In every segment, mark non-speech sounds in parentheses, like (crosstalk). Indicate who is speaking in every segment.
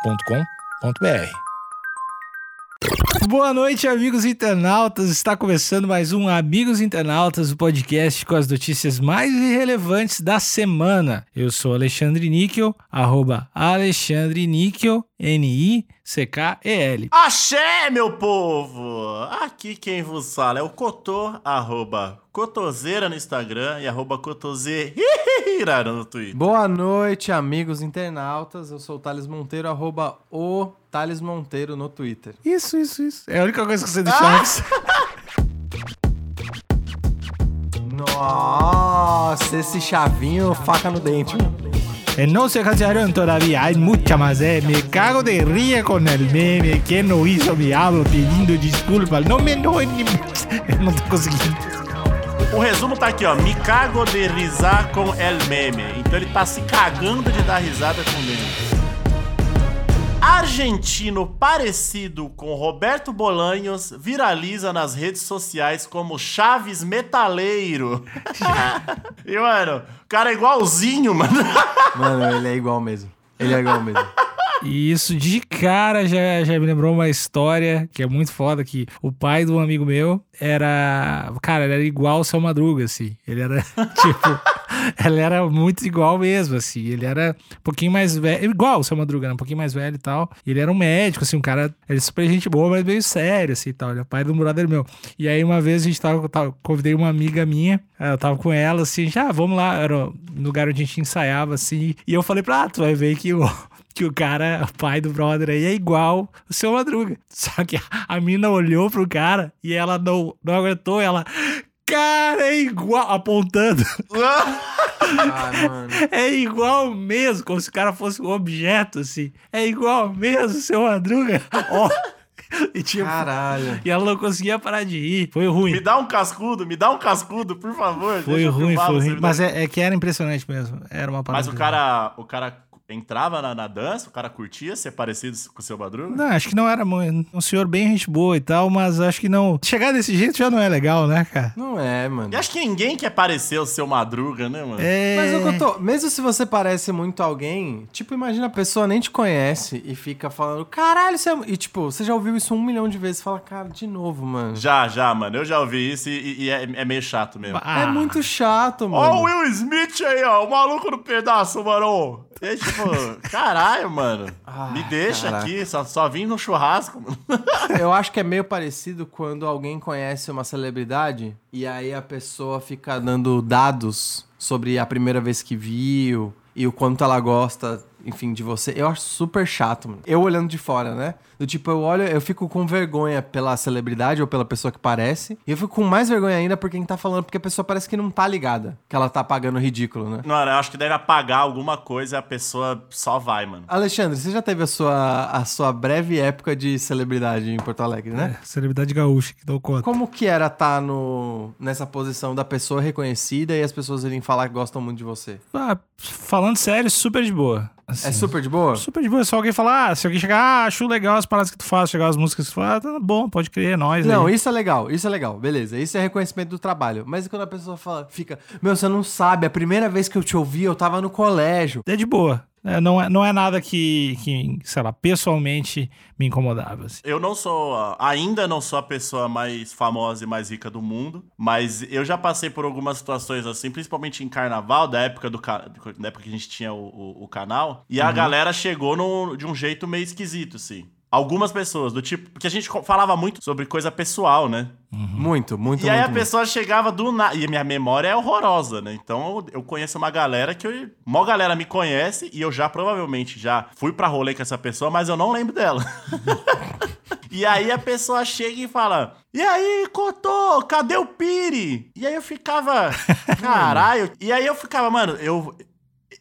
Speaker 1: agenciadepodcast.com.br. Boa noite, amigos internautas. Está começando mais um Amigos Internautas, o podcast com as notícias mais irrelevantes da semana. Eu sou Alexandre Níquel, arroba Alexandre Níquel, N-I-C-K-E-L.
Speaker 2: Axé, meu povo! Aqui quem vos fala é o Cotô, arroba Cotoseira no Instagram e arroba Cotoseira no Twitter.
Speaker 3: Boa noite, amigos internautas. Eu sou o Thales Monteiro, arroba o Thales Monteiro no Twitter.
Speaker 1: Isso, isso, isso. É a única coisa que você deixou antes.
Speaker 3: Nossa, esse chavinho, faca no dente.
Speaker 1: Eh, No se casaron todavía, hay mucha más, eh. Me cago de ría con el meme que no hizo mi hablo pidiendo disculpas. No me enojen ni (laughs) No estoy consiguiendo.
Speaker 2: O resumo tá aqui, ó. Me cago de risar com el meme. Então ele tá se cagando de dar risada com o meme. Argentino parecido com Roberto Bolanhos viraliza nas redes sociais como Chaves Metaleiro. (laughs) e, mano, o cara é igualzinho, mano.
Speaker 3: Mano, ele é igual mesmo. Ele é igual mesmo.
Speaker 1: E isso de cara já, já me lembrou uma história que é muito foda, que o pai de um amigo meu era. Cara, ele era igual o seu madruga, assim. Ele era, (laughs) tipo. ele era muito igual mesmo, assim. Ele era um pouquinho mais velho. Igual o seu madruga, né? um pouquinho mais velho e tal. E ele era um médico, assim, um cara. Ele é super gente boa, mas meio sério, assim e tal. Ele é pai de um brother meu. E aí uma vez a gente tava. tava- convidei uma amiga minha, eh, eu tava com ela, assim, já, vamos lá. Era um lugar onde a gente ensaiava, assim. E eu falei pra ela, ah, tu vai ver que o que o cara, o pai do brother aí, é igual o seu Madruga. (laughs) Só que a mina olhou pro cara e ela não, não aguentou, ela. Cara, é igual. Apontando.
Speaker 3: (laughs)
Speaker 1: (laughs)
Speaker 3: Ah, mano.
Speaker 1: É igual mesmo, como se o cara fosse um objeto, assim. É igual mesmo, seu Madruga. (laughs) Ó. E tipo.
Speaker 3: Caralho.
Speaker 1: E ela não conseguia parar de rir. Foi
Speaker 2: Me
Speaker 1: ruim.
Speaker 2: dá um cascudo, me dá um cascudo, por favor.
Speaker 1: Foi
Speaker 2: Deixa eu
Speaker 1: ruim,
Speaker 2: filmar
Speaker 1: foi
Speaker 2: você
Speaker 1: ruim.
Speaker 2: me dar-
Speaker 1: Mas é, é que era impressionante mesmo. Era uma parada.
Speaker 2: Mas o cara, o cara entrava na, na dança, o cara curtia ser parecido com o seu Madruga?
Speaker 1: Não, acho que não era muito. Um senhor bem gente boa e tal, mas acho que não. Chegar desse jeito já não é legal, né, cara?
Speaker 3: Não é, mano.
Speaker 2: E acho que ninguém quer parecer o seu Madruga, né, mano?
Speaker 1: É.
Speaker 3: Mas, ô, Cotô, mesmo se você parece muito alguém, tipo, imagina a pessoa nem te conhece e fica falando, caralho, você é... E, tipo, você já ouviu isso um milhão de vezes. Fala, cara, de novo, mano.
Speaker 2: Já, já, mano. Eu já ouvi isso e, e é, é meio chato mesmo.
Speaker 1: Ah.
Speaker 3: É
Speaker 1: (laughs)
Speaker 3: muito chato, mano.
Speaker 2: Ó o Will Smith aí, ó. O maluco no pedaço, mano. É tipo, caralho, mano.
Speaker 3: Ah,
Speaker 2: Me deixa
Speaker 3: caraca.
Speaker 2: aqui, só, só vim no churrasco, mano.
Speaker 3: Eu acho que é meio parecido quando alguém conhece uma celebridade e aí a pessoa fica dando dados sobre a primeira vez que viu e o quanto ela gosta, enfim, de você. Eu acho super chato, mano. Eu olhando de fora, né? Do tipo, eu olho, eu fico com vergonha pela celebridade ou pela pessoa que parece. E eu fico com mais vergonha ainda por quem tá falando, porque a pessoa parece que não tá ligada, que ela tá pagando ridículo, né?
Speaker 2: Mano, eu acho que deve apagar alguma coisa e a pessoa só vai, mano.
Speaker 3: Alexandre, você já teve a sua, a sua breve época de celebridade em Porto Alegre, né?
Speaker 1: É, Celebridade gaúcha que dou conta.
Speaker 3: Como que era estar no, nessa posição da pessoa reconhecida e as pessoas irem falar que gostam muito de você?
Speaker 1: Ah, falando sério, super de boa. Assim,
Speaker 3: É super de boa?
Speaker 1: super de boa. É Só alguém falar, ah, se alguém chegar, ah, acho legal as paradas que tu faz, chegar as músicas que tu faz, tá bom, pode crer, é nóis.
Speaker 3: Não,
Speaker 1: aí.
Speaker 3: isso é legal, isso é legal, beleza. Isso é reconhecimento do trabalho. Mas e quando a pessoa fala, fica, meu, você não sabe, a primeira vez que eu te ouvi, eu tava no colégio.
Speaker 1: É de boa. É, não, é, não é nada que, que, sei lá, pessoalmente me incomodava. assim.
Speaker 2: Eu não sou, a- ainda não sou a pessoa mais famosa e mais rica do mundo, mas eu já passei por algumas situações assim, principalmente em carnaval, da época do ca- da época que a gente tinha o, o- o canal, e a galera chegou num- de um jeito meio esquisito, assim. Algumas pessoas, do tipo. Porque a gente co- falava muito sobre coisa pessoal, né?
Speaker 3: Muito, muito,
Speaker 2: e aí
Speaker 3: muito.
Speaker 2: a
Speaker 3: muito.
Speaker 2: pessoa chegava do nada. E a minha memória é horrorosa, né? Então eu eu conheço uma galera que. Eu, mó galera me conhece e eu já provavelmente já fui pra rolê com essa pessoa, mas eu não lembro dela. (laughs) E aí a pessoa chega e fala: E aí, Cotô, cadê o Piri? E aí eu ficava, caralho. e aí eu ficava, mano, eu.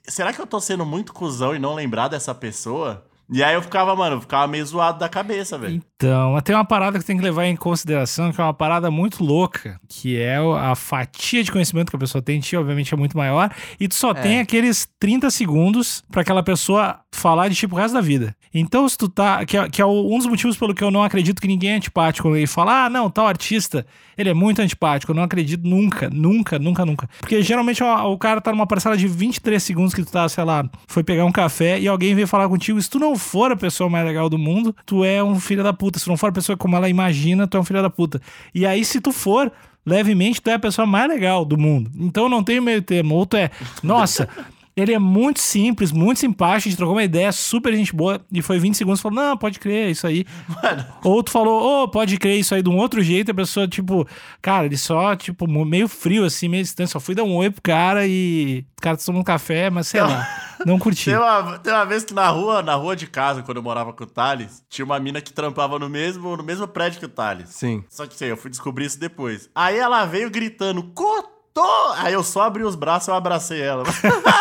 Speaker 2: Será que eu tô sendo muito cuzão e não lembrar dessa pessoa? E aí eu ficava, mano, eu ficava meio zoado da cabeça, velho. (laughs)
Speaker 1: Então, tem uma parada que tem que levar em consideração, que é uma parada muito louca, que é o- a fatia de conhecimento que a pessoa tem de ti, obviamente é muito maior, e tu só tem aqueles 30 segundos pra aquela pessoa falar de ti pro resto da vida. Então, se tu tá. Que é, que é um dos motivos pelo que eu não acredito que ninguém é antipático. Quando ele fala, ah, não, tal artista, ele é muito antipático. Eu não acredito nunca, nunca, nunca, nunca. Porque geralmente ó, o cara tá numa parcela de 23 segundos que tu tá, sei lá, foi pegar um café e alguém veio falar contigo. Se tu não for a pessoa mais legal do mundo, tu é um filho da puta. Se tu não for a pessoa como ela imagina, tu é um filho da puta. E aí, se tu for levemente, tu é a pessoa mais legal do mundo. Então não tem meio termo. Ou tu é, nossa, (laughs) ele é muito simples, muito simpático, a gente trocou uma ideia, super gente boa, e foi 20 segundos e falou, não, pode crer, é isso aí. Ou tu falou, ô, pode crer, isso aí de um outro jeito, a pessoa, tipo, cara, ele só, tipo, meio frio, assim, meio distante, só fui dar um oi pro cara e o cara tomou um café, mas sei lá, não curti.
Speaker 2: Tem uma, tem uma vez que na rua, na rua de casa, quando eu morava com o Thales, tinha uma mina que trampava no mesmo, no mesmo prédio que o Thales.
Speaker 3: Sim.
Speaker 2: Só que sei, eu fui descobrir isso depois. Aí ela veio gritando, Cotô! Aí eu só abri os braços e eu abracei ela. (laughs)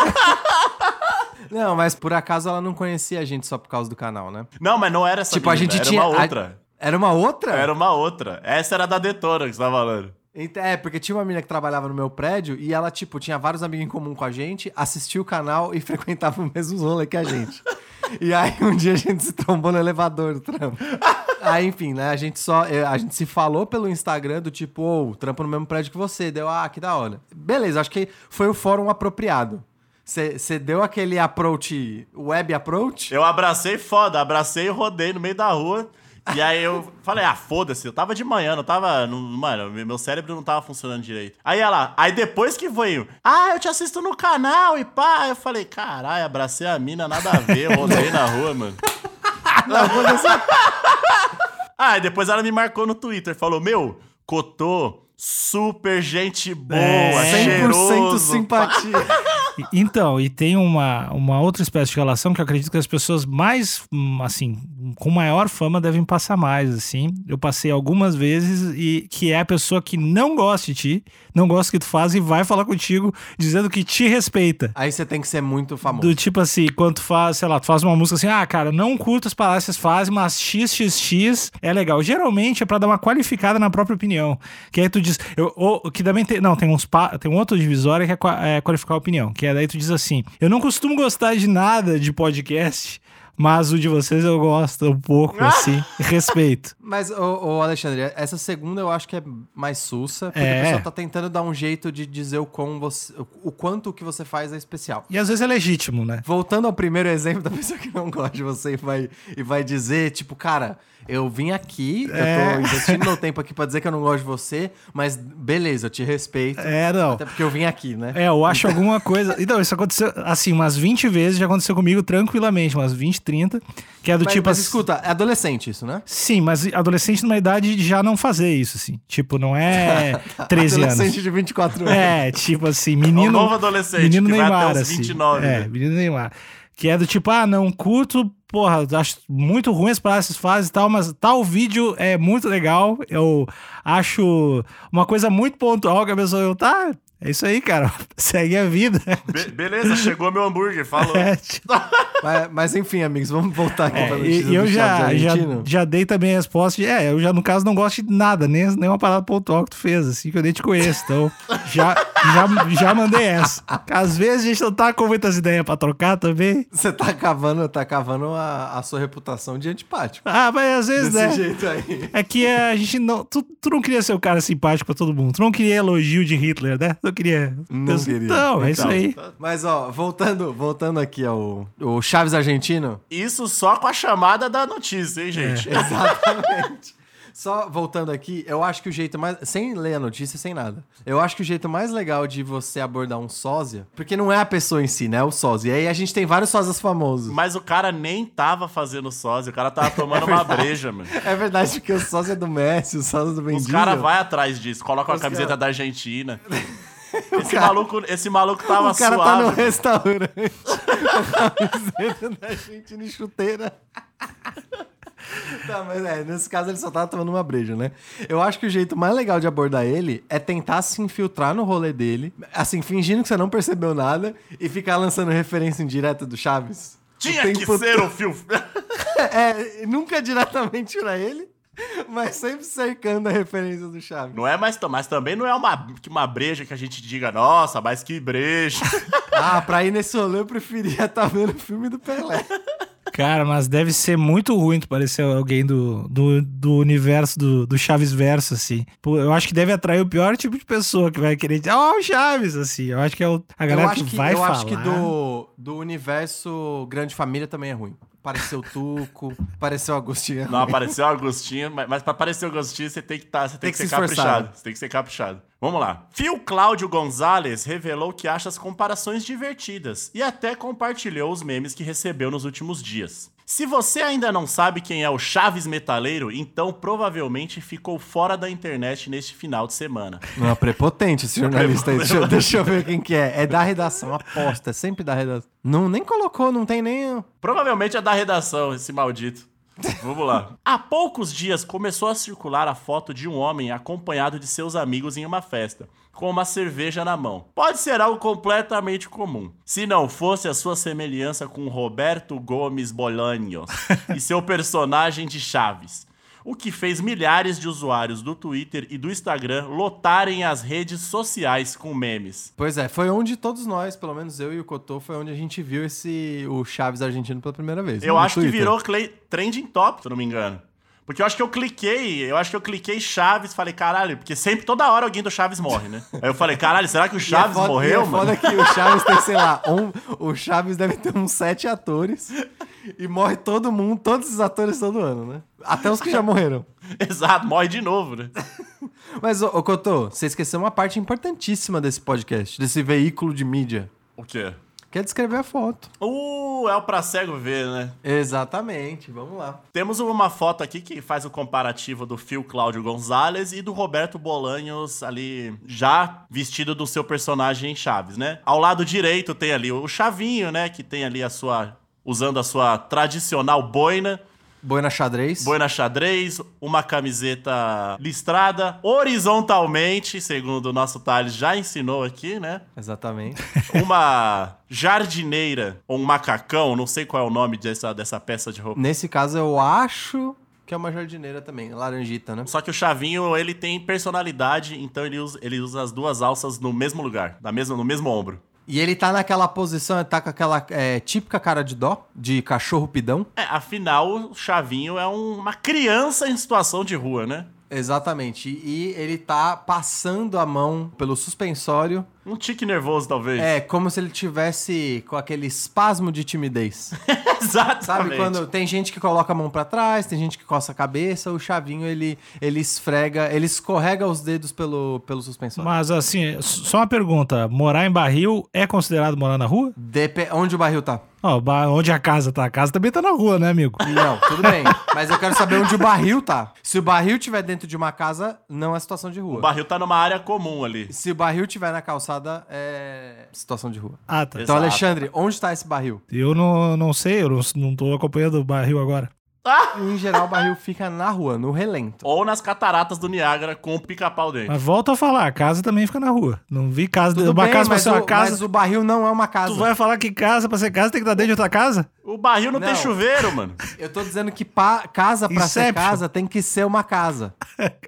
Speaker 3: Não, mas por acaso ela não conhecia a gente só por causa do canal, né?
Speaker 2: Não, mas não era essa
Speaker 3: Tipo, a
Speaker 2: mina,
Speaker 3: gente
Speaker 2: era
Speaker 3: tinha.
Speaker 2: uma
Speaker 3: a-
Speaker 2: outra.
Speaker 3: Era uma outra?
Speaker 2: Era uma outra. Essa era da Detona que você tá falando.
Speaker 3: Ent- É, porque tinha uma menina que trabalhava no meu prédio e ela, tipo, tinha vários amigos em comum com a gente, assistia o canal e (laughs) frequentava o mesmo rolê que a gente. e aí um dia a gente se trombou no elevador do trampo. Aí, enfim, né? A gente só. eh, A gente se falou pelo Instagram do tipo, ô, trampo no mesmo prédio que você. Deu, ah, que da hora. Beleza, acho que foi o fórum apropriado. Você deu aquele approach, web approach?
Speaker 2: Eu abracei foda, abracei e rodei no meio da rua. E aí eu falei, ah, foda-se, eu tava de manhã, não tava. não- mano, meu meu cérebro não tava funcionando direito. Aí ela, aí depois que veio, ah, eu te assisto no canal e pá. Eu falei, caralho, abracei a mina, nada a ver, rodei na
Speaker 1: (laughs)
Speaker 2: rua, mano.
Speaker 3: Não, aconteceu-
Speaker 1: assim,
Speaker 2: (laughs) Ah, e depois ela me marcou no Twitter, falou, meu, Cotô, super gente boa,
Speaker 1: É.
Speaker 3: 100%
Speaker 2: cheiroso.
Speaker 3: simpatia.
Speaker 1: E- Então, e tem uma, uma outra espécie de relação que eu acredito que as pessoas mais, hum, assim, com maior fama devem passar mais, assim. Eu passei algumas vezes e que é a pessoa que não gosta de ti, não gosta do que tu faz e vai falar contigo dizendo que te respeita.
Speaker 3: Aí você tem que ser muito famoso.
Speaker 1: Do tipo assim, quando tu faz, sei lá, tu faz uma música assim, ah, cara, não curto as palavras que vocês fazem, mas XXX é legal. Geralmente é pra dar uma qualificada na própria opinião. Que aí tu diz, eu, ou- que também tem, não, tem uns, pa- tem um outro divisório que é, qua- é qualificar a opinião, que é daí tu diz assim, eu não costumo gostar de nada de podcast, mas o de vocês eu gosto um pouco,
Speaker 3: Ah!
Speaker 1: assim, respeito.
Speaker 3: Mas, ô, ô, Alexandre, essa segunda eu acho que é mais sussa, porque
Speaker 1: É.
Speaker 3: a pessoa tá tentando dar um jeito de dizer o, quão você, o quanto o que você faz é especial.
Speaker 1: E às vezes é legítimo, né?
Speaker 3: Voltando ao primeiro exemplo da pessoa que não gosta de você e vai, e vai dizer, tipo, cara, eu vim aqui, eu
Speaker 1: É.
Speaker 3: tô investindo meu tempo aqui pra dizer que eu não gosto de você, mas beleza, eu te respeito.
Speaker 1: É, não.
Speaker 3: Até porque eu vim aqui, né?
Speaker 1: É, eu acho alguma coisa. Então, isso aconteceu assim, umas 20 vezes, já aconteceu comigo tranquilamente, umas 20, 30. Que é do
Speaker 3: Mas,
Speaker 1: tipo.
Speaker 3: mas
Speaker 1: assim-
Speaker 3: escuta, é adolescente isso, né?
Speaker 1: Sim, mas adolescente numa idade de já não fazer isso, assim. Tipo, não
Speaker 2: (laughs)
Speaker 1: é 13
Speaker 3: adolescente
Speaker 1: anos.
Speaker 3: de 24 anos.
Speaker 1: É, tipo assim, menino.
Speaker 2: É um novo adolescente
Speaker 1: menino
Speaker 2: que vai
Speaker 1: Neymar,
Speaker 2: até os
Speaker 1: assim.
Speaker 2: 29,
Speaker 1: É,
Speaker 2: né?
Speaker 1: menino Neymar. Que é do tipo, ah, não curto, porra, acho muito ruim as palavras que vocês fazem e tal, mas tal vídeo é muito legal. Eu acho uma coisa muito pontual que a pessoa, eu, tá, é isso aí, cara, (laughs) segue a vida.
Speaker 2: Be- beleza, chegou meu hambúrguer, falou.
Speaker 1: (laughs) É, tipo,
Speaker 3: Mas, mas enfim, amigos, vamos voltar aqui
Speaker 1: É,
Speaker 3: pra notícia
Speaker 1: e, e eu
Speaker 3: do
Speaker 1: já,
Speaker 3: Chaves
Speaker 1: já,
Speaker 3: Argentino.
Speaker 1: já dei também a resposta de, é, eu já, no caso, não gosto de nada, nem nenhuma parada pontual que tu fez, assim, que eu nem te conheço.
Speaker 3: (laughs)
Speaker 1: Então, já, já, já mandei essa. Às vezes a gente não tá com muitas ideias pra trocar também.
Speaker 3: Você tá cavando, tá cavando a, a sua reputação de antipático.
Speaker 1: Ah, mas às vezes,
Speaker 3: Desse
Speaker 1: né?
Speaker 3: jeito aí.
Speaker 1: É que é, a gente não. Tu, tu não queria ser o cara simpático pra todo mundo. Tu não queria elogio de Hitler, né? Tu não queria.
Speaker 3: Não
Speaker 1: então,
Speaker 3: queria.
Speaker 1: Então, é isso aí.
Speaker 3: Mas ó, voltando, voltando aqui ao o Chaves argentino.
Speaker 2: Isso só com a chamada da notícia, hein, gente?
Speaker 3: É. Exatamente. Só voltando aqui, eu acho que o jeito mais. Sem ler a notícia, sem nada. Eu acho que o jeito mais legal de você abordar um sósia. Porque não é a pessoa em si, né? É o sósia. E aí a gente tem vários sósias famosos.
Speaker 2: Mas o cara nem tava fazendo sósia, o cara tava tomando
Speaker 3: (laughs)
Speaker 2: uma breja, mano.
Speaker 3: É verdade, porque o sósia do Messi, o sósia é do
Speaker 2: Os
Speaker 3: Bendito.
Speaker 2: caras vai atrás disso, colocam a
Speaker 3: Os
Speaker 2: camiseta
Speaker 3: cara-
Speaker 2: da
Speaker 3: (laughs)
Speaker 2: Argentina. Esse
Speaker 3: cara-
Speaker 2: maluco, esse maluco tava
Speaker 3: O cara tá no
Speaker 2: suave.
Speaker 3: restaurante. com a camiseta da Argentina e chuteira. Tá, mas é, nesse caso ele só tava tomando uma breja, né? Eu acho que o jeito mais legal de abordar ele é tentar se infiltrar no rolê dele, assim, fingindo que você não percebeu nada e ficar lançando referência indireta do Chaves. O
Speaker 2: Tinha que
Speaker 3: tempo
Speaker 2: ser o fio. (laughs)
Speaker 3: é, nunca diretamente pra ele, Mas sempre cercando a referência do Chaves.
Speaker 2: Não é mais, mas também não é uma, uma breja que a gente diga, nossa, mas que breja.
Speaker 3: Ah, pra ir nesse rolê eu preferia estar vendo o filme do Pelé.
Speaker 1: Cara, mas deve ser muito ruim tu parecer alguém do, do, do universo do, do Chaves Verso, assim. Pô, Eu acho que deve atrair o pior tipo de pessoa que vai querer dizer, ó, o Chaves, assim. Eu acho que é o- a
Speaker 3: Eu
Speaker 1: galera
Speaker 3: acho
Speaker 1: que,
Speaker 3: que,
Speaker 1: vai
Speaker 3: eu
Speaker 1: falar.
Speaker 3: acho que do, do universo Grande Família também é ruim. Pareceu Tuco, (laughs) pareceu Agostinho.
Speaker 2: Não apareceu o Agostinho, mas, mas pra aparecer o Agostinho você tem que, tá, você tem
Speaker 3: Tem
Speaker 2: que,
Speaker 3: que
Speaker 2: ser
Speaker 3: se esforçar.
Speaker 2: caprichado. Você tem que ser caprichado. Vamos lá. Fio Cláudio Gonzalez revelou que acha as comparações divertidas e até compartilhou os memes que recebeu nos últimos dias. Se você ainda não sabe quem é o Chaves Metaleiro, então provavelmente ficou fora da internet neste final de semana.
Speaker 3: Não, é prepotente esse jornalista aí. Deixa, eu- deixa eu ver quem que é. É da redação, aposta. É sempre da redação. Não, nem colocou, não tem nem...
Speaker 2: Provavelmente é da redação, esse maldito. Vamos lá. Há poucos dias começou a circular a foto de um homem acompanhado de seus amigos em uma festa, com uma cerveja na mão. Pode ser algo completamente comum, se não fosse a sua semelhança com Roberto Gomes Bolaños e seu personagem de Chaves. O que fez milhares de usuários do Twitter e do Instagram lotarem as redes sociais com memes.
Speaker 3: Pois é, foi onde todos nós, pelo menos eu e o Cotô, foi onde a gente viu esse o Chaves argentino pela primeira vez.
Speaker 2: Eu
Speaker 3: no
Speaker 2: acho que
Speaker 3: Twitter.
Speaker 2: virou cle- trending top, se eu não me engano. Porque eu acho que eu cliquei, eu acho que eu cliquei Chaves, falei, caralho, porque sempre, toda hora alguém do Chaves morre, né? Aí eu falei, caralho, será que o
Speaker 3: (laughs) E
Speaker 2: Chaves
Speaker 3: é foda,
Speaker 2: morreu,
Speaker 3: e é
Speaker 2: mano? (laughs)
Speaker 3: foda que o Chaves tem, sei lá, um, o Chaves deve ter uns sete atores e morre todo mundo, todos os atores todo ano, né? Até os que já morreram.
Speaker 2: Exato, morre de novo, né?
Speaker 3: Mas, ô, ô Cotô, você esqueceu uma parte importantíssima desse podcast, desse veículo de mídia,
Speaker 2: O quê?
Speaker 3: que é descrever a foto.
Speaker 2: Uh, é o pra cego ver, né?
Speaker 3: Exatamente, vamos lá.
Speaker 2: Temos uma foto aqui que faz o comparativo do Phil Cláudio Gonzalez e do Roberto Bolanhos ali, já vestido do seu personagem em Chaves, né? Ao lado direito tem ali o Chavinho, né? Que tem ali a sua. usando a sua tradicional boina.
Speaker 3: Boina xadrez.
Speaker 2: Boina xadrez, uma camiseta listrada, horizontalmente, segundo o nosso Thales já ensinou aqui, né?
Speaker 3: Exatamente.
Speaker 2: Uma (laughs) jardineira ou um macacão, não sei qual é o nome dessa, dessa peça de roupa.
Speaker 3: Nesse caso, eu acho que é uma jardineira também, laranjita, né?
Speaker 2: Só que o Chavinho, ele tem personalidade, então ele usa, ele usa as duas alças no mesmo lugar, na mesma, no mesmo ombro.
Speaker 3: E ele tá naquela posição, ele tá com aquela é, típica cara de dó, de cachorro pidão.
Speaker 2: É, afinal, o Chavinho é um- uma criança em situação de rua, né?
Speaker 3: Exatamente. E ele tá passando a mão pelo suspensório.
Speaker 2: Um tique nervoso, talvez.
Speaker 3: É, como se ele tivesse com aquele espasmo
Speaker 2: (laughs)
Speaker 3: de timidez.
Speaker 2: (laughs) Exatamente.
Speaker 3: Sabe quando tem gente que coloca a mão pra trás, tem gente que coça a cabeça, o chavinho ele, ele esfrega, ele escorrega os dedos pelo, pelo suspensório.
Speaker 1: Mas assim, só uma pergunta: morar em barril é considerado morar na rua?
Speaker 3: Depe- Onde o barril tá?
Speaker 1: Ó, ba- onde a casa tá? A casa também tá na rua, né, amigo?
Speaker 3: Não, tudo
Speaker 2: (laughs)
Speaker 3: bem. Mas eu quero saber onde o barril tá. Se o barril tiver dentro de uma casa, não é situação de
Speaker 2: O
Speaker 3: rua.
Speaker 2: barril tá numa área comum ali.
Speaker 3: Se o barril tiver na calçada, é situação de rua.
Speaker 1: Ah, tá.
Speaker 3: Então,
Speaker 2: Exato.
Speaker 3: Alexandre, onde tá esse barril?
Speaker 1: Eu não, não sei, eu não, não tô acompanhando o barril agora.
Speaker 3: Em geral, o barril fica na rua, no relento.
Speaker 2: Ou nas cataratas do Niágara com o pica-pau dentro.
Speaker 1: Mas volta a falar, a casa também fica na rua. Não vi casa.
Speaker 3: Tudo
Speaker 1: uma
Speaker 3: bem,
Speaker 1: casa pra
Speaker 3: mas,
Speaker 1: ser uma
Speaker 3: o,
Speaker 1: casa.
Speaker 3: mas o barril não é uma casa.
Speaker 1: Tu vai falar que casa pra ser casa tem que estar dentro de outra casa? (laughs)
Speaker 2: O barril não, tem
Speaker 3: Não.
Speaker 2: chuveiro, mano.
Speaker 3: Eu tô dizendo que pa- casa pra ser
Speaker 1: Inception.
Speaker 3: casa tem que ser uma casa.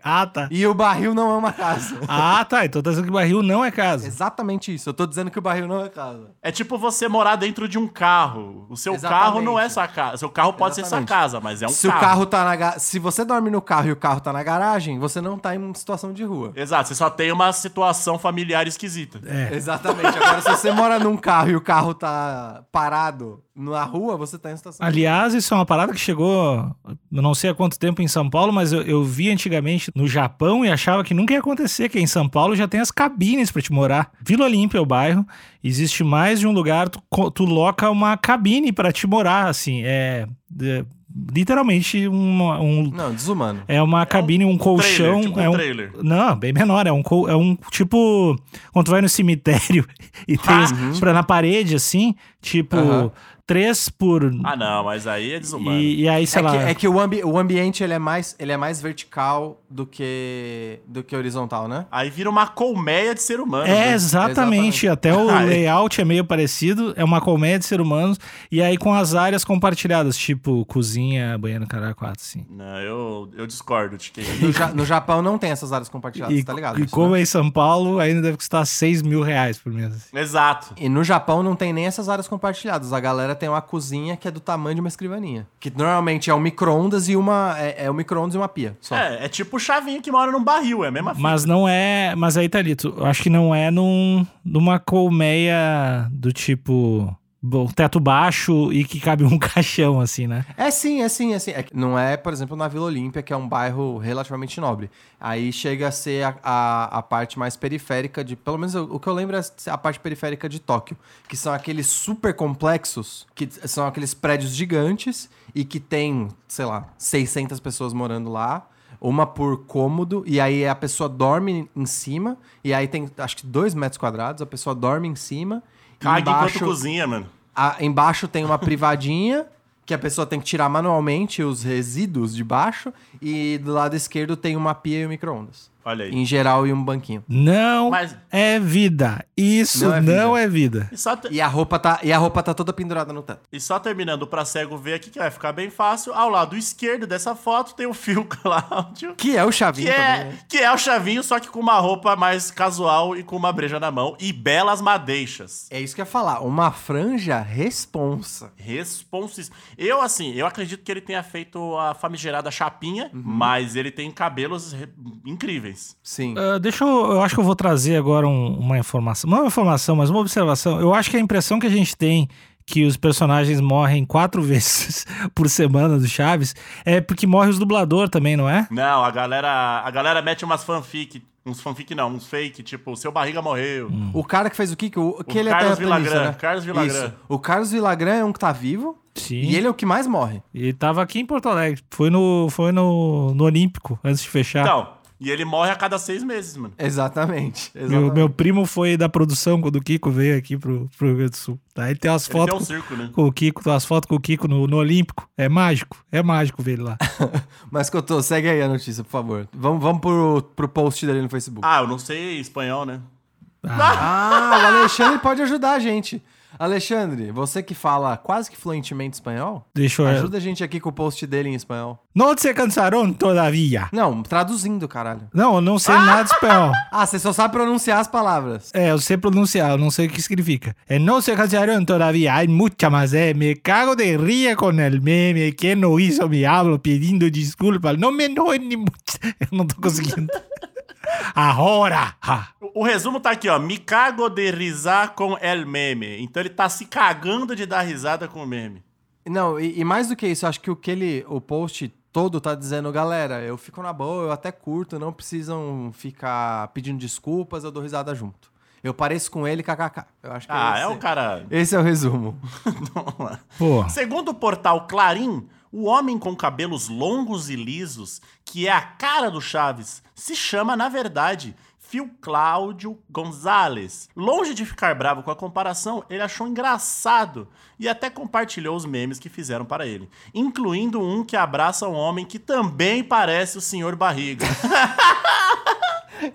Speaker 1: Ah, tá.
Speaker 3: E o barril não é uma casa.
Speaker 1: Ah, tá. Então tá dizendo que barril não é casa.
Speaker 3: Exatamente isso. Eu tô dizendo que o barril não é casa.
Speaker 2: É tipo você morar dentro de um carro. O seu
Speaker 3: Exatamente.
Speaker 2: carro não é sua casa. Seu carro pode ser
Speaker 3: Exatamente.
Speaker 2: sua casa, mas é um
Speaker 1: Então
Speaker 3: se
Speaker 2: carro.
Speaker 3: o carro tá na ga- se você dorme no carro e o carro tá na garagem, você não tá em situação de rua.
Speaker 2: Exato, você só tem uma situação familiar esquisita.
Speaker 1: É.
Speaker 3: Exatamente. Agora se você mora num carro e o carro tá parado na rua, você tá em situação.
Speaker 1: Aliás, isso é uma parada que chegou, eu não sei há quanto tempo em São Paulo, mas eu, eu vi antigamente no Japão e achava que nunca ia acontecer, que em São Paulo já tem as cabines pra te morar. Vila Olímpia é o bairro, existe mais de um lugar, tu, co- tu loca uma cabine pra te morar, assim, é, é, literalmente uma- um,
Speaker 3: Não, desumano.
Speaker 1: é uma cabine, um, colchão,
Speaker 2: Trailer, tipo
Speaker 1: é
Speaker 2: um
Speaker 1: um
Speaker 2: trailer.
Speaker 1: Não, bem menor. É um, col- é um tipo. Quando tu vai no cemitério (laughs) e tem os- pra, na parede, assim, tipo,
Speaker 3: Ah, uhum. Aham.
Speaker 1: três por.
Speaker 2: Ah, não, mas aí é desumano.
Speaker 1: e, e aí,
Speaker 3: É
Speaker 1: sei lá.
Speaker 3: que, é que o, ambi- o ambiente ele é mais, ele é mais vertical do que do que horizontal, né?
Speaker 2: Aí vira uma colmeia de ser humano.
Speaker 1: É,
Speaker 2: né?
Speaker 1: exatamente.
Speaker 3: Exatamente.
Speaker 1: Até
Speaker 3: (laughs)
Speaker 1: o
Speaker 2: Ah, é.
Speaker 1: layout é meio parecido. É uma colmeia de ser humanos. E aí com as áreas compartilhadas, tipo cozinha, banheiro, caralho, quatro, assim.
Speaker 2: Não, eu, eu discordo de quem.
Speaker 3: No, Ja- no Japão não tem essas áreas compartilhadas,
Speaker 1: e
Speaker 3: tá ligado?
Speaker 1: e
Speaker 3: isso,
Speaker 1: como
Speaker 3: né?
Speaker 1: é em São Paulo, ainda deve custar 6 mil reais por mês. assim.
Speaker 2: (laughs) Exato.
Speaker 3: E no Japão não tem nem essas áreas compartilhadas. A galera tem uma cozinha que é do tamanho de uma escrivaninha. Que normalmente é um micro-ondas e uma. É, é um micro-ondas e uma pia. Só.
Speaker 2: É, é tipo o Chavinho que mora num barril, é a mesma
Speaker 1: Mas não é. Mas aí, Thalito, eu acho que não é num, numa colmeia do tipo. Bom, teto baixo e que cabe um (laughs) caixão, assim, né?
Speaker 3: É sim, é sim, é sim. É que não é, por exemplo, na Vila Olímpia, que é um bairro relativamente nobre. Aí chega a ser a, a, a parte mais periférica de. Pelo menos o, o que eu lembro é a parte periférica de Tóquio. Que são aqueles super complexos, que t- são aqueles prédios gigantes e que tem, sei lá, 600 pessoas morando lá. Uma por cômodo, e aí a pessoa dorme em cima, e aí tem acho que dois metros quadrados, a pessoa dorme em cima. e
Speaker 2: Caga
Speaker 3: embaixo-
Speaker 2: enquanto cozinha, mano.
Speaker 3: a- embaixo tem uma (laughs) privadinha que a pessoa tem que tirar manualmente os resíduos de baixo e do lado esquerdo tem uma pia e um micro-ondas.
Speaker 2: Olha aí.
Speaker 3: Em geral e um banquinho.
Speaker 1: Não
Speaker 2: Mas-
Speaker 1: é vida. Isso
Speaker 3: Não é
Speaker 1: não é vida.
Speaker 2: E só, te-
Speaker 3: E a roupa tá, e a roupa tá toda pendurada no teto.
Speaker 2: e só terminando pra cego ver aqui, que vai ficar bem fácil. Ao lado esquerdo dessa foto tem o Fio (laughs) Cláudio.
Speaker 3: Que é o chavinho
Speaker 2: Que
Speaker 3: também.
Speaker 2: é,
Speaker 3: né?
Speaker 2: que é o Chavinho, só que com uma roupa mais casual e com uma breja na mão. E belas madeixas.
Speaker 3: É isso que eu ia falar. Uma franja responsa.
Speaker 2: Responsíssimo. Eu, assim, eu acredito que ele tenha feito a famigerada chapinha, mas ele tem cabelos re- incríveis.
Speaker 3: Sim.
Speaker 1: Ah, deixa eu. Eu acho que eu vou trazer agora um- uma informação. Não é uma informação, mas uma observação. Eu acho que a impressão que a gente tem que os personagens morrem quatro (laughs) vezes por semana do Chaves é porque morre os dublador também, não é?
Speaker 2: Não, a galera, a galera mete umas fanfic, uns fanfic não, uns fake, tipo, seu barriga morreu.
Speaker 3: O cara que fez o Kiko, o, que
Speaker 2: O
Speaker 3: ele
Speaker 2: Carlos
Speaker 3: é terraplanista,
Speaker 2: Villagrán,
Speaker 3: né?
Speaker 2: Carlos Villagrán.
Speaker 3: Isso. O Carlos Villagrán é um que tá vivo
Speaker 1: Sim.
Speaker 3: e ele é o que mais morre.
Speaker 1: Ele tava aqui em Porto Alegre. Foi no, foi no, no Olímpico, antes de fechar.
Speaker 2: Então, e ele morre a cada seis meses, mano.
Speaker 3: Exatamente.
Speaker 1: meu,
Speaker 2: Então,
Speaker 3: exatamente.
Speaker 1: meu primo foi da produção quando o Kiko veio aqui pro, pro Rio Grande do Sul. Aí tem umas
Speaker 2: Ele tem
Speaker 1: fotos
Speaker 2: um
Speaker 1: com-
Speaker 2: circo, né?
Speaker 1: com o Kiko, tem umas fotos com o Kiko no, no Olímpico. É mágico, é mágico ver ele
Speaker 2: (laughs)
Speaker 1: lá.
Speaker 3: Mas que eu tô, segue aí a notícia, por favor. Vamos, vamos pro, pro post dele no Facebook.
Speaker 2: Ah, eu não sei espanhol, né?
Speaker 3: Ah, o Alexandre pode ajudar a gente. Alexandre, você que fala quase que fluentemente espanhol,
Speaker 1: Deixa
Speaker 2: É.
Speaker 1: eu.
Speaker 3: ajuda a gente aqui com o post dele em espanhol.
Speaker 1: Não se cansaram todavia.
Speaker 3: Não, traduzindo, caralho.
Speaker 1: Não, eu não sei nada de espanhol.
Speaker 3: Ah, você só sabe pronunciar as palavras.
Speaker 1: É, eu sei pronunciar, eu não sei o que significa. É não se cansaron todavía, hay mucha más, eh. Me cago de rir com el meme que não hizo me hablo pedindo desculpas. Não me enoje ni mucho. (laughs) Eu não tô conseguindo. Agora! ha.
Speaker 2: O, o resumo tá aqui, ó. Me cago de risar com el meme. Então ele tá se cagando de dar risada com o meme.
Speaker 3: Não, e, e mais do que isso, acho que o que ele, o post todo tá dizendo, galera, eu fico na boa, eu até curto, não precisam ficar pedindo desculpas, eu dou risada junto. Eu pareço com ele, kkk. Eu acho que
Speaker 2: Ah,
Speaker 3: esse.
Speaker 2: é o cara. (laughs)
Speaker 3: Esse é o resumo. (laughs)
Speaker 2: Vamos lá.
Speaker 1: Pô,
Speaker 2: Segundo o portal Clarim, o homem com cabelos longos e lisos, que é a cara do Chaves, se chama, na verdade, Phil Cláudio Gonzalez. Longe de ficar bravo com a comparação, ele achou engraçado e até compartilhou os memes que fizeram para ele, incluindo um que abraça um homem que também parece o Senhor Barriga,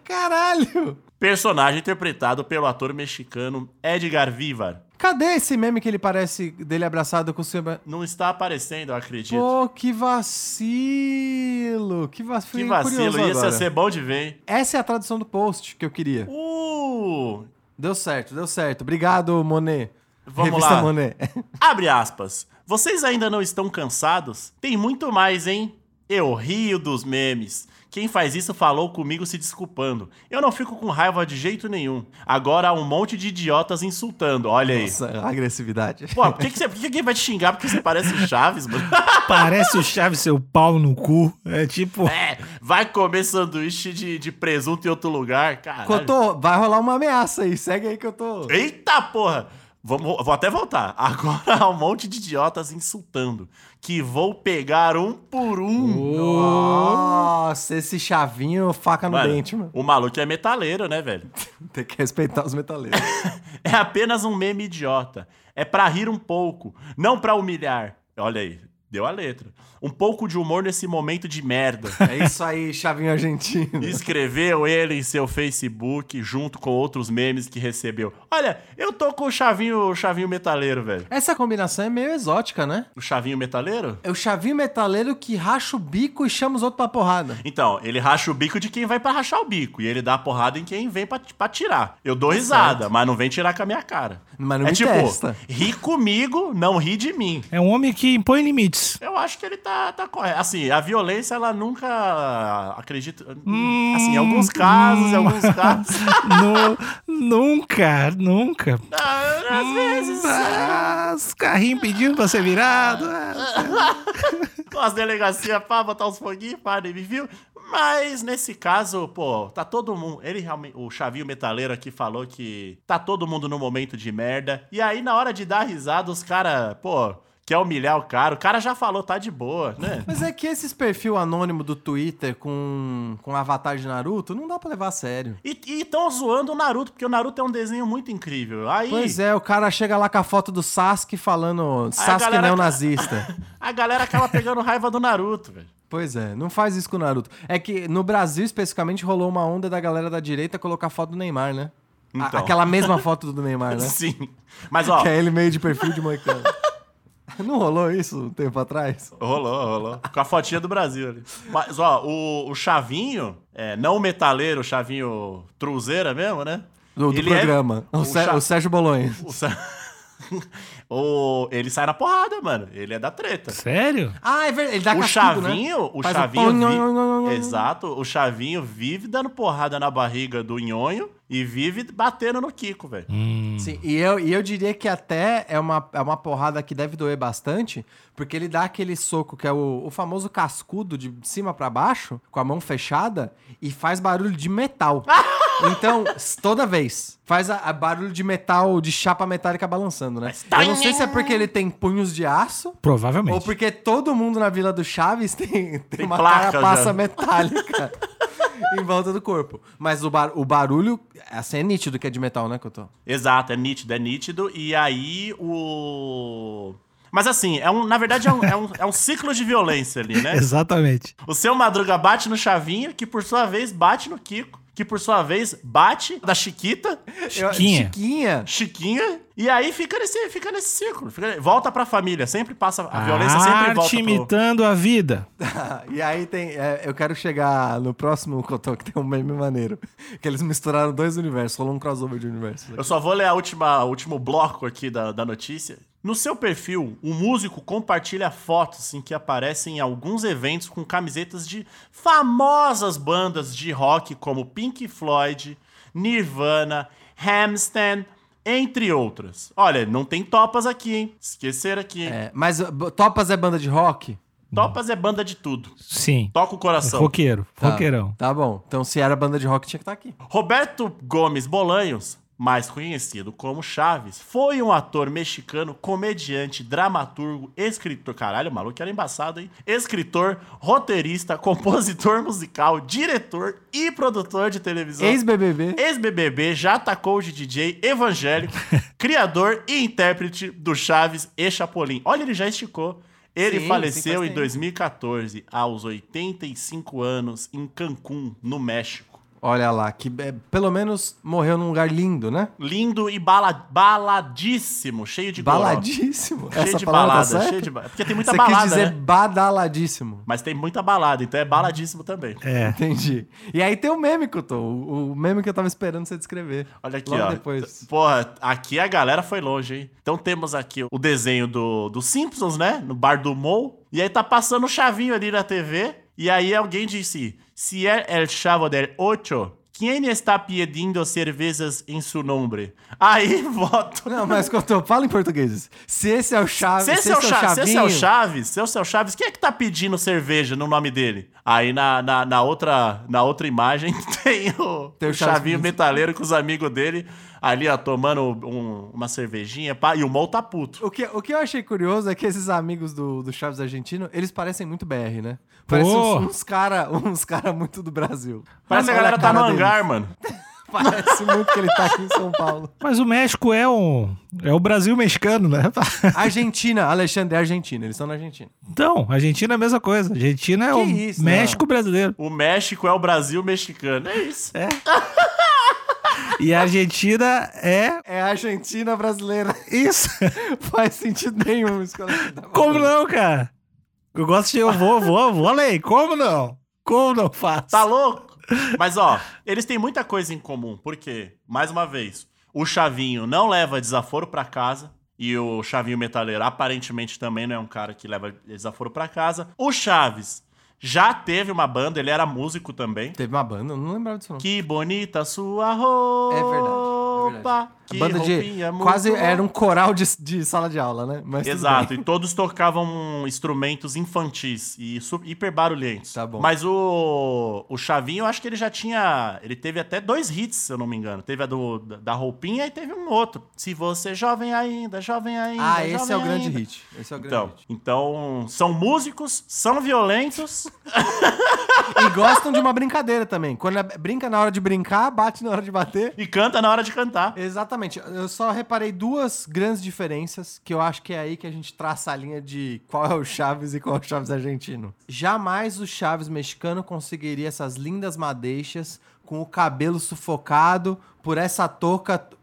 Speaker 3: Caralho!
Speaker 2: personagem interpretado pelo ator mexicano Edgar Vivar.
Speaker 3: Cadê esse meme que ele parece dele abraçado com o seu... ba-
Speaker 2: Não está aparecendo, eu acredito.
Speaker 3: Pô, que vacilo! Que vacilo!
Speaker 2: que vacilo, isso ia ser bom de ver, hein?
Speaker 3: Essa é a tradução do post que eu queria.
Speaker 2: Uh!
Speaker 3: Deu certo, deu certo. Obrigado, Monet.
Speaker 2: Vamos
Speaker 3: Revista
Speaker 2: lá.
Speaker 3: Monet.
Speaker 2: Abre aspas. Vocês ainda não estão cansados? Tem muito mais, hein? Eu rio dos memes. Quem faz isso falou comigo se desculpando. Eu não fico com raiva de jeito nenhum. Agora há um monte de idiotas insultando. Olha aí.
Speaker 3: Nossa, agressividade.
Speaker 2: Pô, por que, que, você, por que que alguém vai te xingar porque você parece o Chaves, mano?
Speaker 1: parece o Chaves seu pau no cu. É tipo.
Speaker 2: É, vai comer sanduíche de, de presunto em outro lugar, cara.
Speaker 3: Cotô, vai rolar uma ameaça aí. Segue aí que eu tô...
Speaker 2: Eita porra! Vamos, vou até voltar. Agora há um monte de idiotas insultando. Que vou pegar um por um.
Speaker 3: Nossa, esse chavinho faca no
Speaker 2: Mano,
Speaker 3: dente, mano.
Speaker 2: o maluco é metaleiro, né, velho? (laughs)
Speaker 3: Tem que respeitar os metaleiros.
Speaker 2: É apenas um meme idiota. É pra rir um pouco, não pra humilhar. Olha aí. Deu a letra. Um pouco de humor nesse momento de merda.
Speaker 3: É isso aí, chavinho argentino.
Speaker 2: Escreveu ele em seu Facebook junto com outros memes que recebeu. Olha, eu tô com o chavinho, o chavinho metaleiro, velho.
Speaker 3: Essa combinação é meio exótica, né?
Speaker 2: O chavinho metaleiro?
Speaker 3: É o chavinho metaleiro que racha o bico e chama os outros pra porrada.
Speaker 2: Então, ele racha o bico de quem vai pra rachar o bico. E ele dá a porrada em quem vem pra, pra tirar. Eu dou risada, mas não vem tirar com a minha cara.
Speaker 3: Mas não
Speaker 2: é
Speaker 3: me
Speaker 2: tipo,
Speaker 3: testa.
Speaker 2: ri comigo, não ri de mim.
Speaker 1: É um homem que impõe limites.
Speaker 2: Eu acho que ele tá, tá correto. Assim, a violência, ela nunca acredito.
Speaker 3: Hum.
Speaker 2: assim, em alguns casos, em alguns
Speaker 3: (laughs)
Speaker 2: casos.
Speaker 1: Nu- nunca, nunca.
Speaker 2: Ah, Às vezes.
Speaker 1: Ah, os carrinhos pedindo pra ser virado. ah.
Speaker 2: As delegacias, pá, botar uns foguinhos, pá, nem me viu. Mas nesse caso, pô, tá todo mundo. Ele realmente. O Chavinho Metaleiro aqui falou que tá todo mundo no momento de merda. E aí, na hora de dar risada, os caras, pô, quer humilhar o cara. O cara já falou, tá de boa, né?
Speaker 3: Mas é que esses perfil anônimo do Twitter com, com avatar de Naruto não dá pra levar a sério.
Speaker 2: E estão zoando o Naruto, porque o Naruto é um desenho muito incrível. Aí.
Speaker 3: Pois é, o cara chega lá com a foto do Sasuke falando Sasuke
Speaker 2: galera-
Speaker 3: neonazista.
Speaker 2: A galera acaba pegando raiva do Naruto, velho.
Speaker 3: pois é, não faz isso com o Naruto. É que no Brasil, especificamente, rolou uma onda da galera da direita colocar foto do Neymar, né? A-
Speaker 2: Então.
Speaker 3: aquela mesma foto do Neymar, né?
Speaker 2: Sim. Mas ó,
Speaker 3: Que é ele meio de perfil de moicano. não rolou isso um tempo atrás?
Speaker 2: Rolou, rolou. Com a fotinha do Brasil ali. Mas, ó, o, o Chavinho, é, não o metaleiro, o Chavinho truzeira mesmo, né?
Speaker 3: Do, do
Speaker 2: Ele é-
Speaker 3: programa. O,
Speaker 2: o (laughs)
Speaker 3: Sé-
Speaker 2: Cha-
Speaker 3: o Sérgio Bolonha.
Speaker 2: o Sa- (laughs) o- ele sai na porrada, mano. Ele é da treta.
Speaker 1: Sério?
Speaker 3: Ah, é verdade. Ele dá
Speaker 2: O
Speaker 3: cascudo, né?
Speaker 2: Chavinho, o
Speaker 3: Faz um
Speaker 2: Chavinho,
Speaker 3: pão, nhon,
Speaker 2: vi-
Speaker 3: nhon, nhon, nhon.
Speaker 2: exato, o Chavinho vive dando porrada na barriga do Nhonho e vive batendo no Kiko, velho.
Speaker 3: Sim, e eu, e eu diria que até é uma, é uma porrada que deve doer bastante, porque ele dá aquele soco que é o, o famoso cascudo de cima pra baixo, com a mão fechada, e faz barulho de
Speaker 2: (laughs)
Speaker 3: metal. Então, s- toda vez, faz a, a barulho de metal, de chapa metálica balançando, né?
Speaker 2: tá
Speaker 3: Eu não sei se é porque ele tem punhos de aço,
Speaker 1: Provavelmente.
Speaker 3: ou porque todo mundo na Vila do Chaves tem, tem,
Speaker 2: Tem
Speaker 3: uma
Speaker 2: placa
Speaker 3: carapaça
Speaker 2: já.
Speaker 3: metálica (laughs) em volta do corpo. Mas o, bar, o barulho, assim, é nítido que é de metal, né, Couto?
Speaker 2: Exato, é nítido, é nítido. E aí o. Mas assim, é um, na verdade é um, é, um, é um ciclo de violência ali, né?
Speaker 1: Exatamente.
Speaker 2: O seu Madruga bate no Chavinho, que por sua vez bate no Kiko, que por sua vez bate da Chiquita,
Speaker 3: Eu-
Speaker 1: Chiquinha.
Speaker 3: Chiquinha. (laughs)
Speaker 2: Chiquinha, e aí fica nesse, fica nesse círculo. fica- volta pra família, sempre passa. A
Speaker 1: A
Speaker 2: violência sempre
Speaker 1: arte
Speaker 2: volta pro...
Speaker 1: imitando a vida.
Speaker 3: e aí tem. é, eu quero chegar no próximo Cotô, que tem um meme maneiro. Que eles misturaram dois universos, rolou um crossover de universos.
Speaker 2: Eu só vou ler a última, o último bloco aqui da, da notícia. No seu perfil, o músico compartilha fotos em que aparecem em alguns eventos com camisetas de famosas bandas de rock como Pink Floyd, Nirvana, Hamstein, entre outras. Olha, não tem topas aqui, hein? Esquecer aqui, hein?
Speaker 3: É, mas b- Topas é banda de rock?
Speaker 2: Topas é banda de tudo.
Speaker 1: Sim.
Speaker 2: Toca o coração.
Speaker 1: Roqueiro.
Speaker 3: Tá,
Speaker 1: Roqueirão.
Speaker 3: Tá bom. Então, se era banda de rock, tinha que estar aqui.
Speaker 2: Roberto Gomes Bolanhos, mais conhecido como Chaves, foi um ator mexicano, comediante, dramaturgo, escritor. Caralho, o maluco era embaçado, hein? Escritor, roteirista, (laughs) compositor musical, diretor e produtor de televisão.
Speaker 3: Ex-BBB.
Speaker 2: Ex-BBB, já atacou de DJ
Speaker 3: (laughs)
Speaker 2: evangélico, criador e intérprete do Chaves e Chapolin. Olha, ele já esticou. Ele
Speaker 3: Sim, sim,
Speaker 2: faleceu
Speaker 3: faz
Speaker 2: em
Speaker 3: tempo.
Speaker 2: 2014, aos 85 anos, em Cancún, no México.
Speaker 3: Olha lá, que é, pelo menos morreu num lugar lindo, né?
Speaker 2: Lindo e bala- baladíssimo, cheio de goró.
Speaker 3: Baladíssimo.
Speaker 2: Cheio
Speaker 3: Essa
Speaker 2: de
Speaker 3: palavra
Speaker 2: balada,
Speaker 3: tá certa?
Speaker 2: cheio de ba- Porque tem muita
Speaker 3: Você
Speaker 2: balada,
Speaker 3: quis dizer
Speaker 2: né?
Speaker 3: badaladíssimo.
Speaker 2: Mas tem muita balada, então é baladíssimo também.
Speaker 1: É.
Speaker 3: Entendi. E aí tem o meme, Cotô. O, o meme que eu tava esperando você descrever.
Speaker 2: Olha aqui,
Speaker 3: Logo
Speaker 2: ó.
Speaker 3: depois.
Speaker 2: Porra, aqui a galera foi longe, hein? Então temos aqui o desenho do, do Simpsons, né? No bar do Mou. E aí tá passando o chavinho ali na TV. E aí alguém disse: Se é el chavo del ocho, quem está pedindo cervejas em seu nome? Aí (laughs) voto.
Speaker 3: Não, mas (laughs) Couto, fala em português. isso. Se esse é o Chaves,
Speaker 2: Se esse é o Chaves, se esse é o
Speaker 3: Chavinho,
Speaker 2: Chaves, se esse é o Chaves, quem é que tá pedindo cerveja no nome dele? Aí na, na, na outra, na outra imagem (laughs) tem o,
Speaker 3: Tem o
Speaker 2: o
Speaker 3: Chaves
Speaker 2: Chavinho
Speaker 3: pedindo.
Speaker 2: Metaleiro com os amigos dele ali, ó, tomando um- uma cervejinha, pá, e o Mol tá puto.
Speaker 3: O que, o que eu achei curioso é que esses amigos do, do Chaves argentino, eles parecem muito BR, né? Parecem uns, uns cara, uns cara muito do Brasil.
Speaker 2: Parece que a
Speaker 3: Olha
Speaker 2: galera tá no
Speaker 3: cara deles.
Speaker 2: hangar, mano.
Speaker 3: Parece muito que ele tá aqui em
Speaker 2: (laughs)
Speaker 3: São Paulo.
Speaker 1: Mas o México é um. É o Brasil mexicano, né? (laughs)
Speaker 3: Argentina, Alexandre é Argentina, eles estão na Argentina.
Speaker 1: Então, Argentina é a mesma coisa. Argentina é
Speaker 3: Que
Speaker 1: o
Speaker 3: isso,
Speaker 2: né?
Speaker 1: México brasileiro.
Speaker 2: O México é o Brasil mexicano. É isso.
Speaker 1: E a Argentina é.
Speaker 3: É a Argentina brasileira.
Speaker 1: Isso!
Speaker 3: (laughs)
Speaker 1: (laughs)
Speaker 3: Faz sentido nenhum isso que ela tá falando.
Speaker 1: Como não, cara? Eu gosto de. Eu vou, vou, vou além. Como não? Como não faço?
Speaker 2: Tá louco? Mas ó, eles têm muita coisa em comum. Por quê? Mais uma vez, o Chavinho não leva desaforo pra casa. E o Chavinho Metaleiro aparentemente também não é um cara que leva desaforo pra casa. O Chaves já teve uma banda, ele era músico também.
Speaker 3: Teve uma banda, eu não lembrava disso não.
Speaker 2: Que bonita sua roupa.
Speaker 3: É verdade, é verdade.
Speaker 2: Que
Speaker 3: banda de.
Speaker 2: roupinha muito
Speaker 3: Quase
Speaker 2: boa.
Speaker 3: era um coral de, de sala de aula, né? Mas tudo
Speaker 2: Exato,
Speaker 3: bem.
Speaker 2: e todos tocavam instrumentos infantis e su- hiper barulhentos.
Speaker 3: Tá bom.
Speaker 2: Mas o, o Chavinho, eu acho que ele já tinha. Ele teve até dois hits, se eu não me engano. Teve a do, da- da roupinha e teve um outro. Se você é jovem ainda, jovem ainda.
Speaker 3: Ah, esse
Speaker 2: jovem
Speaker 3: é o grande
Speaker 2: ainda.
Speaker 3: hit. Esse é o grande
Speaker 2: Então,
Speaker 3: hit.
Speaker 2: então, são músicos, são violentos. (laughs)
Speaker 3: E gostam de uma brincadeira também. Quando é- brinca na hora de brincar, bate na hora de bater.
Speaker 2: E canta na hora de cantar.
Speaker 3: Exatamente. Eu só reparei duas grandes diferenças que eu acho que é aí que a gente traça a linha de qual é o Chaves e qual é o Chaves argentino. Jamais o Chaves mexicano conseguiria essas lindas madeixas com o cabelo sufocado por essa touca t-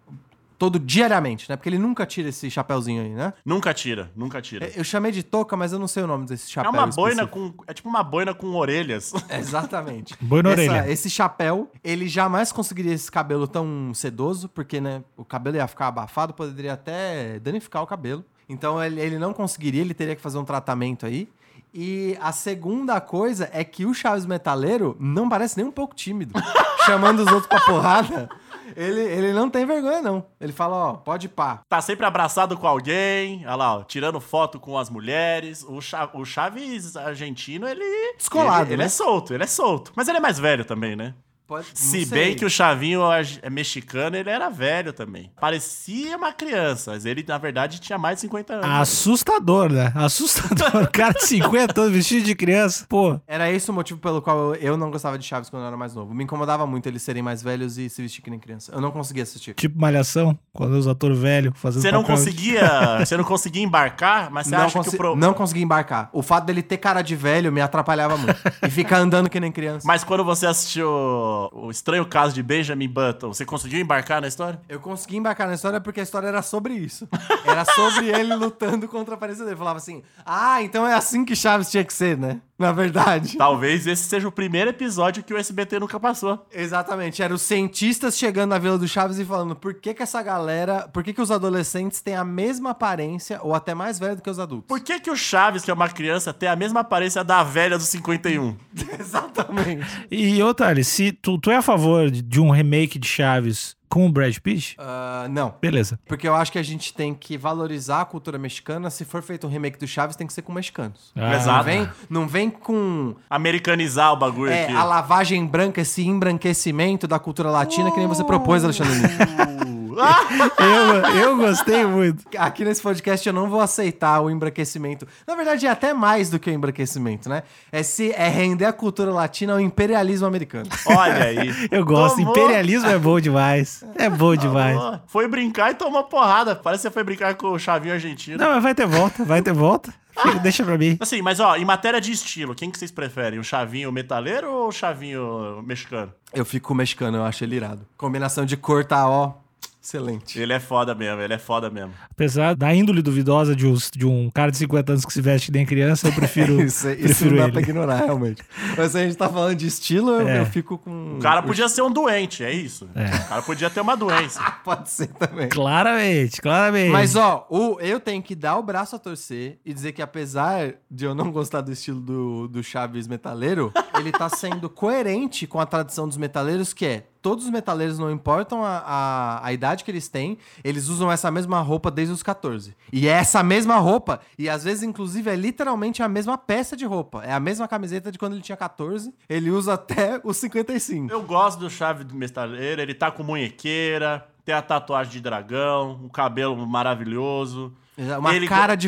Speaker 3: todo diariamente, né? Porque ele nunca tira esse chapéuzinho aí, né?
Speaker 2: Nunca tira, nunca tira.
Speaker 3: Eu- Eu chamei de touca, mas eu não sei o nome desse
Speaker 2: É
Speaker 3: É, chapéu.
Speaker 2: uma boina
Speaker 3: específico.
Speaker 2: com. É tipo uma boina com orelhas. (laughs)
Speaker 3: Exatamente.
Speaker 1: (laughs) Boi na
Speaker 3: Essa-
Speaker 1: orelha.
Speaker 3: Esse chapéu, ele jamais conseguiria esse cabelo tão sedoso, porque, né, o cabelo ia ficar abafado, poderia até danificar o cabelo. Então, ele, ele não conseguiria, ele teria que fazer um tratamento aí. E a segunda coisa é que o Chaves Metaleiro não parece nem um pouco tímido.
Speaker 1: (laughs)
Speaker 3: Chamando os outros pra porrada, ele, ele não tem vergonha, não. Ele fala, ó, pode pá.
Speaker 2: Tá sempre abraçado com alguém, olha lá, ó, tirando foto com as mulheres. O, Cha- o Chaves argentino, ele.
Speaker 3: Descolado,
Speaker 2: Ele, ele
Speaker 3: né?
Speaker 2: é solto, ele é solto. Mas ele é mais velho também, né?
Speaker 3: Pode, não
Speaker 2: Se
Speaker 3: sei.
Speaker 2: bem que o Chavinho arg- é mexicano, ele era velho também. Parecia uma criança, mas ele, na verdade, tinha mais de 50 anos.
Speaker 3: Ah,
Speaker 1: Assustador, né? Assustador. O cara de 50 anos vestido de criança. Pô,
Speaker 3: Era esse o motivo pelo qual eu- eu não gostava de Chaves quando eu era mais novo. Me incomodava muito eles serem mais velhos e se vestir que nem criança. Eu não conseguia assistir.
Speaker 1: tipo malhação, quando os atores velhos fazendo
Speaker 2: Você não
Speaker 1: papel de-
Speaker 2: conseguia. você não conseguia embarcar, mas você
Speaker 3: tá não,
Speaker 2: acha que
Speaker 3: consi-
Speaker 2: o pro...
Speaker 3: não consegui embarcar. O fato dele ter cara de velho me atrapalhava muito. e ficar andando que nem criança.
Speaker 2: Mas quando você assistiu o estranho caso de Benjamin Button, você conseguiu embarcar na história?
Speaker 3: Eu consegui embarcar na história porque a história era sobre isso. Era sobre ele lutando contra a aparência dele. Eu falava assim, ah, então é assim que Chaves tinha que ser, né? Na verdade.
Speaker 2: Talvez esse seja o primeiro episódio que o SBT nunca passou.
Speaker 3: Exatamente, eram os cientistas chegando na Vila do Chaves e falando por que que essa galera, por que que os adolescentes têm a mesma aparência ou até mais velha do que os adultos?
Speaker 2: Por que, que o Chaves, que é uma criança, tem a mesma aparência da velha do 51?
Speaker 3: (laughs) Exatamente.
Speaker 1: E, ô, Thales, se tu, tu é a favor de- de um remake de Chaves com o Brad Pitt,
Speaker 3: Ah, não.
Speaker 1: beleza.
Speaker 3: Porque eu acho que a gente tem que valorizar a cultura mexicana. Se for feito um remake do Chaves, tem que ser com mexicanos.
Speaker 1: Ah.
Speaker 3: Não
Speaker 2: Exato.
Speaker 3: vem, não vem com
Speaker 2: Americanizar o bagulho
Speaker 3: é,
Speaker 2: aqui. (laughs)
Speaker 3: a lavagem branca, esse embranquecimento da cultura latina que nem você propôs, Alexandre. Lima.
Speaker 2: Ah,
Speaker 1: Eu, eu gostei muito.
Speaker 3: Aqui nesse podcast eu não vou aceitar o embranquecimento. Na verdade, é até mais do que o embranquecimento, né? É, se, é render a cultura latina ao imperialismo americano.
Speaker 2: Olha aí.
Speaker 1: Eu gosto.
Speaker 2: Tomou,
Speaker 1: Imperialismo é bom demais. É bom
Speaker 3: Tá
Speaker 1: demais.
Speaker 2: tomou. Foi brincar e tomou porrada. Parece que você foi brincar com o Chavinho argentino.
Speaker 1: Não, mas vai ter volta, vai ter volta. Fica- deixa pra mim.
Speaker 2: Assim, mas ó, em matéria de estilo, quem que vocês preferem? O Chavinho metaleiro ou o Chavinho mexicano?
Speaker 3: Eu fico com o mexicano, eu acho ele irado. Combinação de cor tá, ó, excelente.
Speaker 2: Ele é foda mesmo, ele é foda mesmo.
Speaker 1: Apesar da índole duvidosa de, uns- de um cara de 50 anos que se veste que nem criança, eu prefiro,
Speaker 3: (laughs) Isso, isso
Speaker 1: prefiro
Speaker 3: não dá pra
Speaker 1: ele.
Speaker 3: ignorar, realmente. Mas se a gente tá falando de estilo, eu,
Speaker 1: É.
Speaker 3: eu fico com.
Speaker 2: O cara podia ser um doente, é isso. O cara podia ter uma doença.
Speaker 3: Pode ser também.
Speaker 1: Claramente, claramente.
Speaker 3: Mas, ó, o, eu tenho que dar o braço a torcer e dizer que, apesar de eu não gostar do estilo do, do Chaves metaleiro, (laughs) ele tá sendo coerente com a tradição dos metaleiros, que é todos os metaleiros, não importam a, a, a idade que eles têm, eles usam essa mesma roupa desde os 14. E é essa mesma roupa, e às vezes, inclusive, é literalmente a mesma peça de roupa. É a mesma camiseta de quando ele tinha 14, ele usa até os 55.
Speaker 2: Eu gosto do Chave do Metaleiro, ele tá com munhequeira, tem a tatuagem de dragão, um cabelo maravilhoso,
Speaker 3: É Uma
Speaker 2: Ele go-
Speaker 3: cara de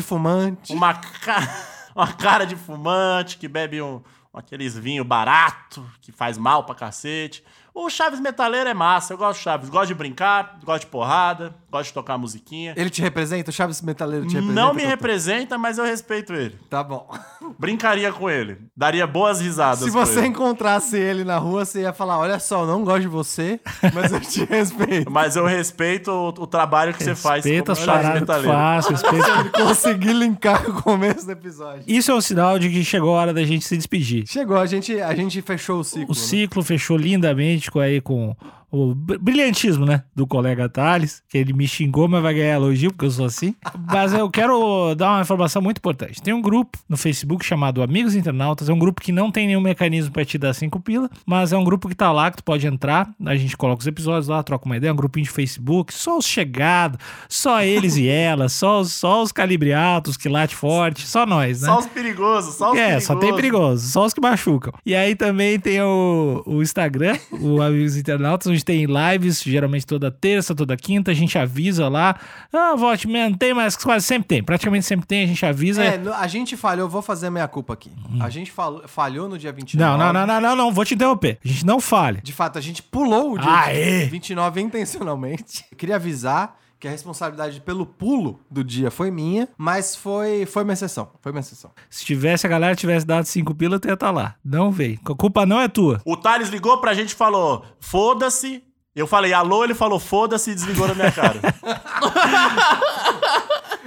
Speaker 2: (laughs)
Speaker 3: fumante.
Speaker 2: uma, ca... uma cara de fumante que bebe um, aqueles vinho barato que faz mal pra cacete. O Chaves Metaleiro é massa, eu gosto de Chaves, gosto de brincar, gosto de porrada, gosto de tocar musiquinha.
Speaker 3: Ele te representa? O Chaves Metaleiro te representa?
Speaker 2: Não me
Speaker 3: Cotô?
Speaker 2: representa, mas eu respeito ele.
Speaker 3: Tá bom. (laughs)
Speaker 2: Brincaria com ele, daria boas risadas.
Speaker 3: Se
Speaker 2: com
Speaker 3: você
Speaker 2: ele.
Speaker 3: encontrasse ele na rua, você ia falar: Olha só, eu não gosto de você, mas eu te (laughs) respeito.
Speaker 2: Mas eu respeito o, o trabalho que você faz
Speaker 1: Respeita
Speaker 2: como
Speaker 1: as
Speaker 2: Chaves
Speaker 3: tá
Speaker 1: paradas que
Speaker 2: Metaleiro.
Speaker 1: faz, respeita...
Speaker 3: Consegui linkar com o começo do episódio.
Speaker 1: Isso é um sinal de que chegou a hora da gente se despedir.
Speaker 3: Chegou, a gente, a gente fechou o ciclo.
Speaker 2: né?
Speaker 3: né?
Speaker 1: O ciclo fechou lindamente com aí com o br- brilhantismo, né? Do colega Thales, que ele me xingou, mas vai ganhar elogio, porque eu sou assim. Mas eu quero dar uma informação muito importante. Tem um grupo no Facebook chamado Amigos Internautas, é um grupo que não tem nenhum mecanismo pra te dar cinco pila, mas é um grupo que tá lá, que tu pode entrar, a gente coloca os episódios lá, troca uma ideia, é um grupinho de Facebook, só os chegados, só eles e elas, só os, só os calibriatos que late forte, só nós, né?
Speaker 2: Só os perigosos, só os
Speaker 1: é,
Speaker 2: perigosos.
Speaker 1: só tem perigosos, só os que machucam. E aí também tem o, o Instagram, o (laughs) Amigos Internautas, onde tem lives, geralmente toda terça, toda quinta, a gente avisa lá. Ah, vote mesmo, tem, mas quase sempre tem. Praticamente sempre tem, a gente avisa.
Speaker 3: É, no- a gente falhou, vou fazer a minha culpa aqui. A gente falou- falhou no dia 29.
Speaker 1: Hum. Não, não, não, não, não, não, vou te interromper. A gente não falha.
Speaker 3: De fato, a gente pulou o dia
Speaker 1: Aê!
Speaker 3: 29 intencionalmente. (laughs) Queria avisar que a responsabilidade pelo pulo do dia foi minha, mas foi, foi uma exceção. Foi uma exceção.
Speaker 1: Se tivesse, a galera tivesse dado cinco pila, tu ia estar lá. Não veio. A culpa não é tua.
Speaker 2: O Thales ligou pra gente e falou: foda-se. Eu falei, alô, ele falou, foda-se e desligou na minha cara.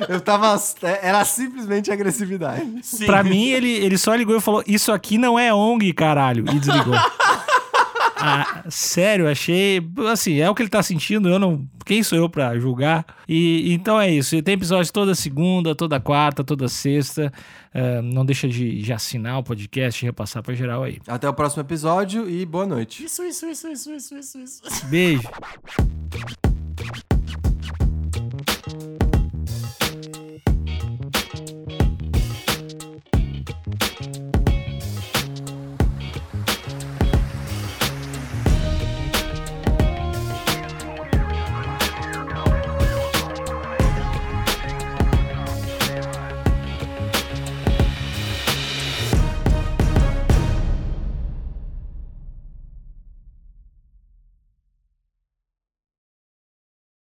Speaker 3: Eu tava. é, Era simplesmente agressividade.
Speaker 1: (laughs)
Speaker 2: Sim.
Speaker 1: Pra mim, ele, ele só ligou e falou: Isso aqui não é ONG, caralho. E desligou. Ah, sério, achei. Assim, é o que ele tá sentindo. Eu não. Quem sou eu pra julgar? E então é isso. E tem episódios toda segunda, toda quarta, toda sexta. Ah, não deixa de, de assinar o podcast e repassar pra geral aí.
Speaker 3: Até o próximo episódio e boa noite.
Speaker 2: Isso, isso, isso, isso, isso, isso, isso.
Speaker 1: Beijo.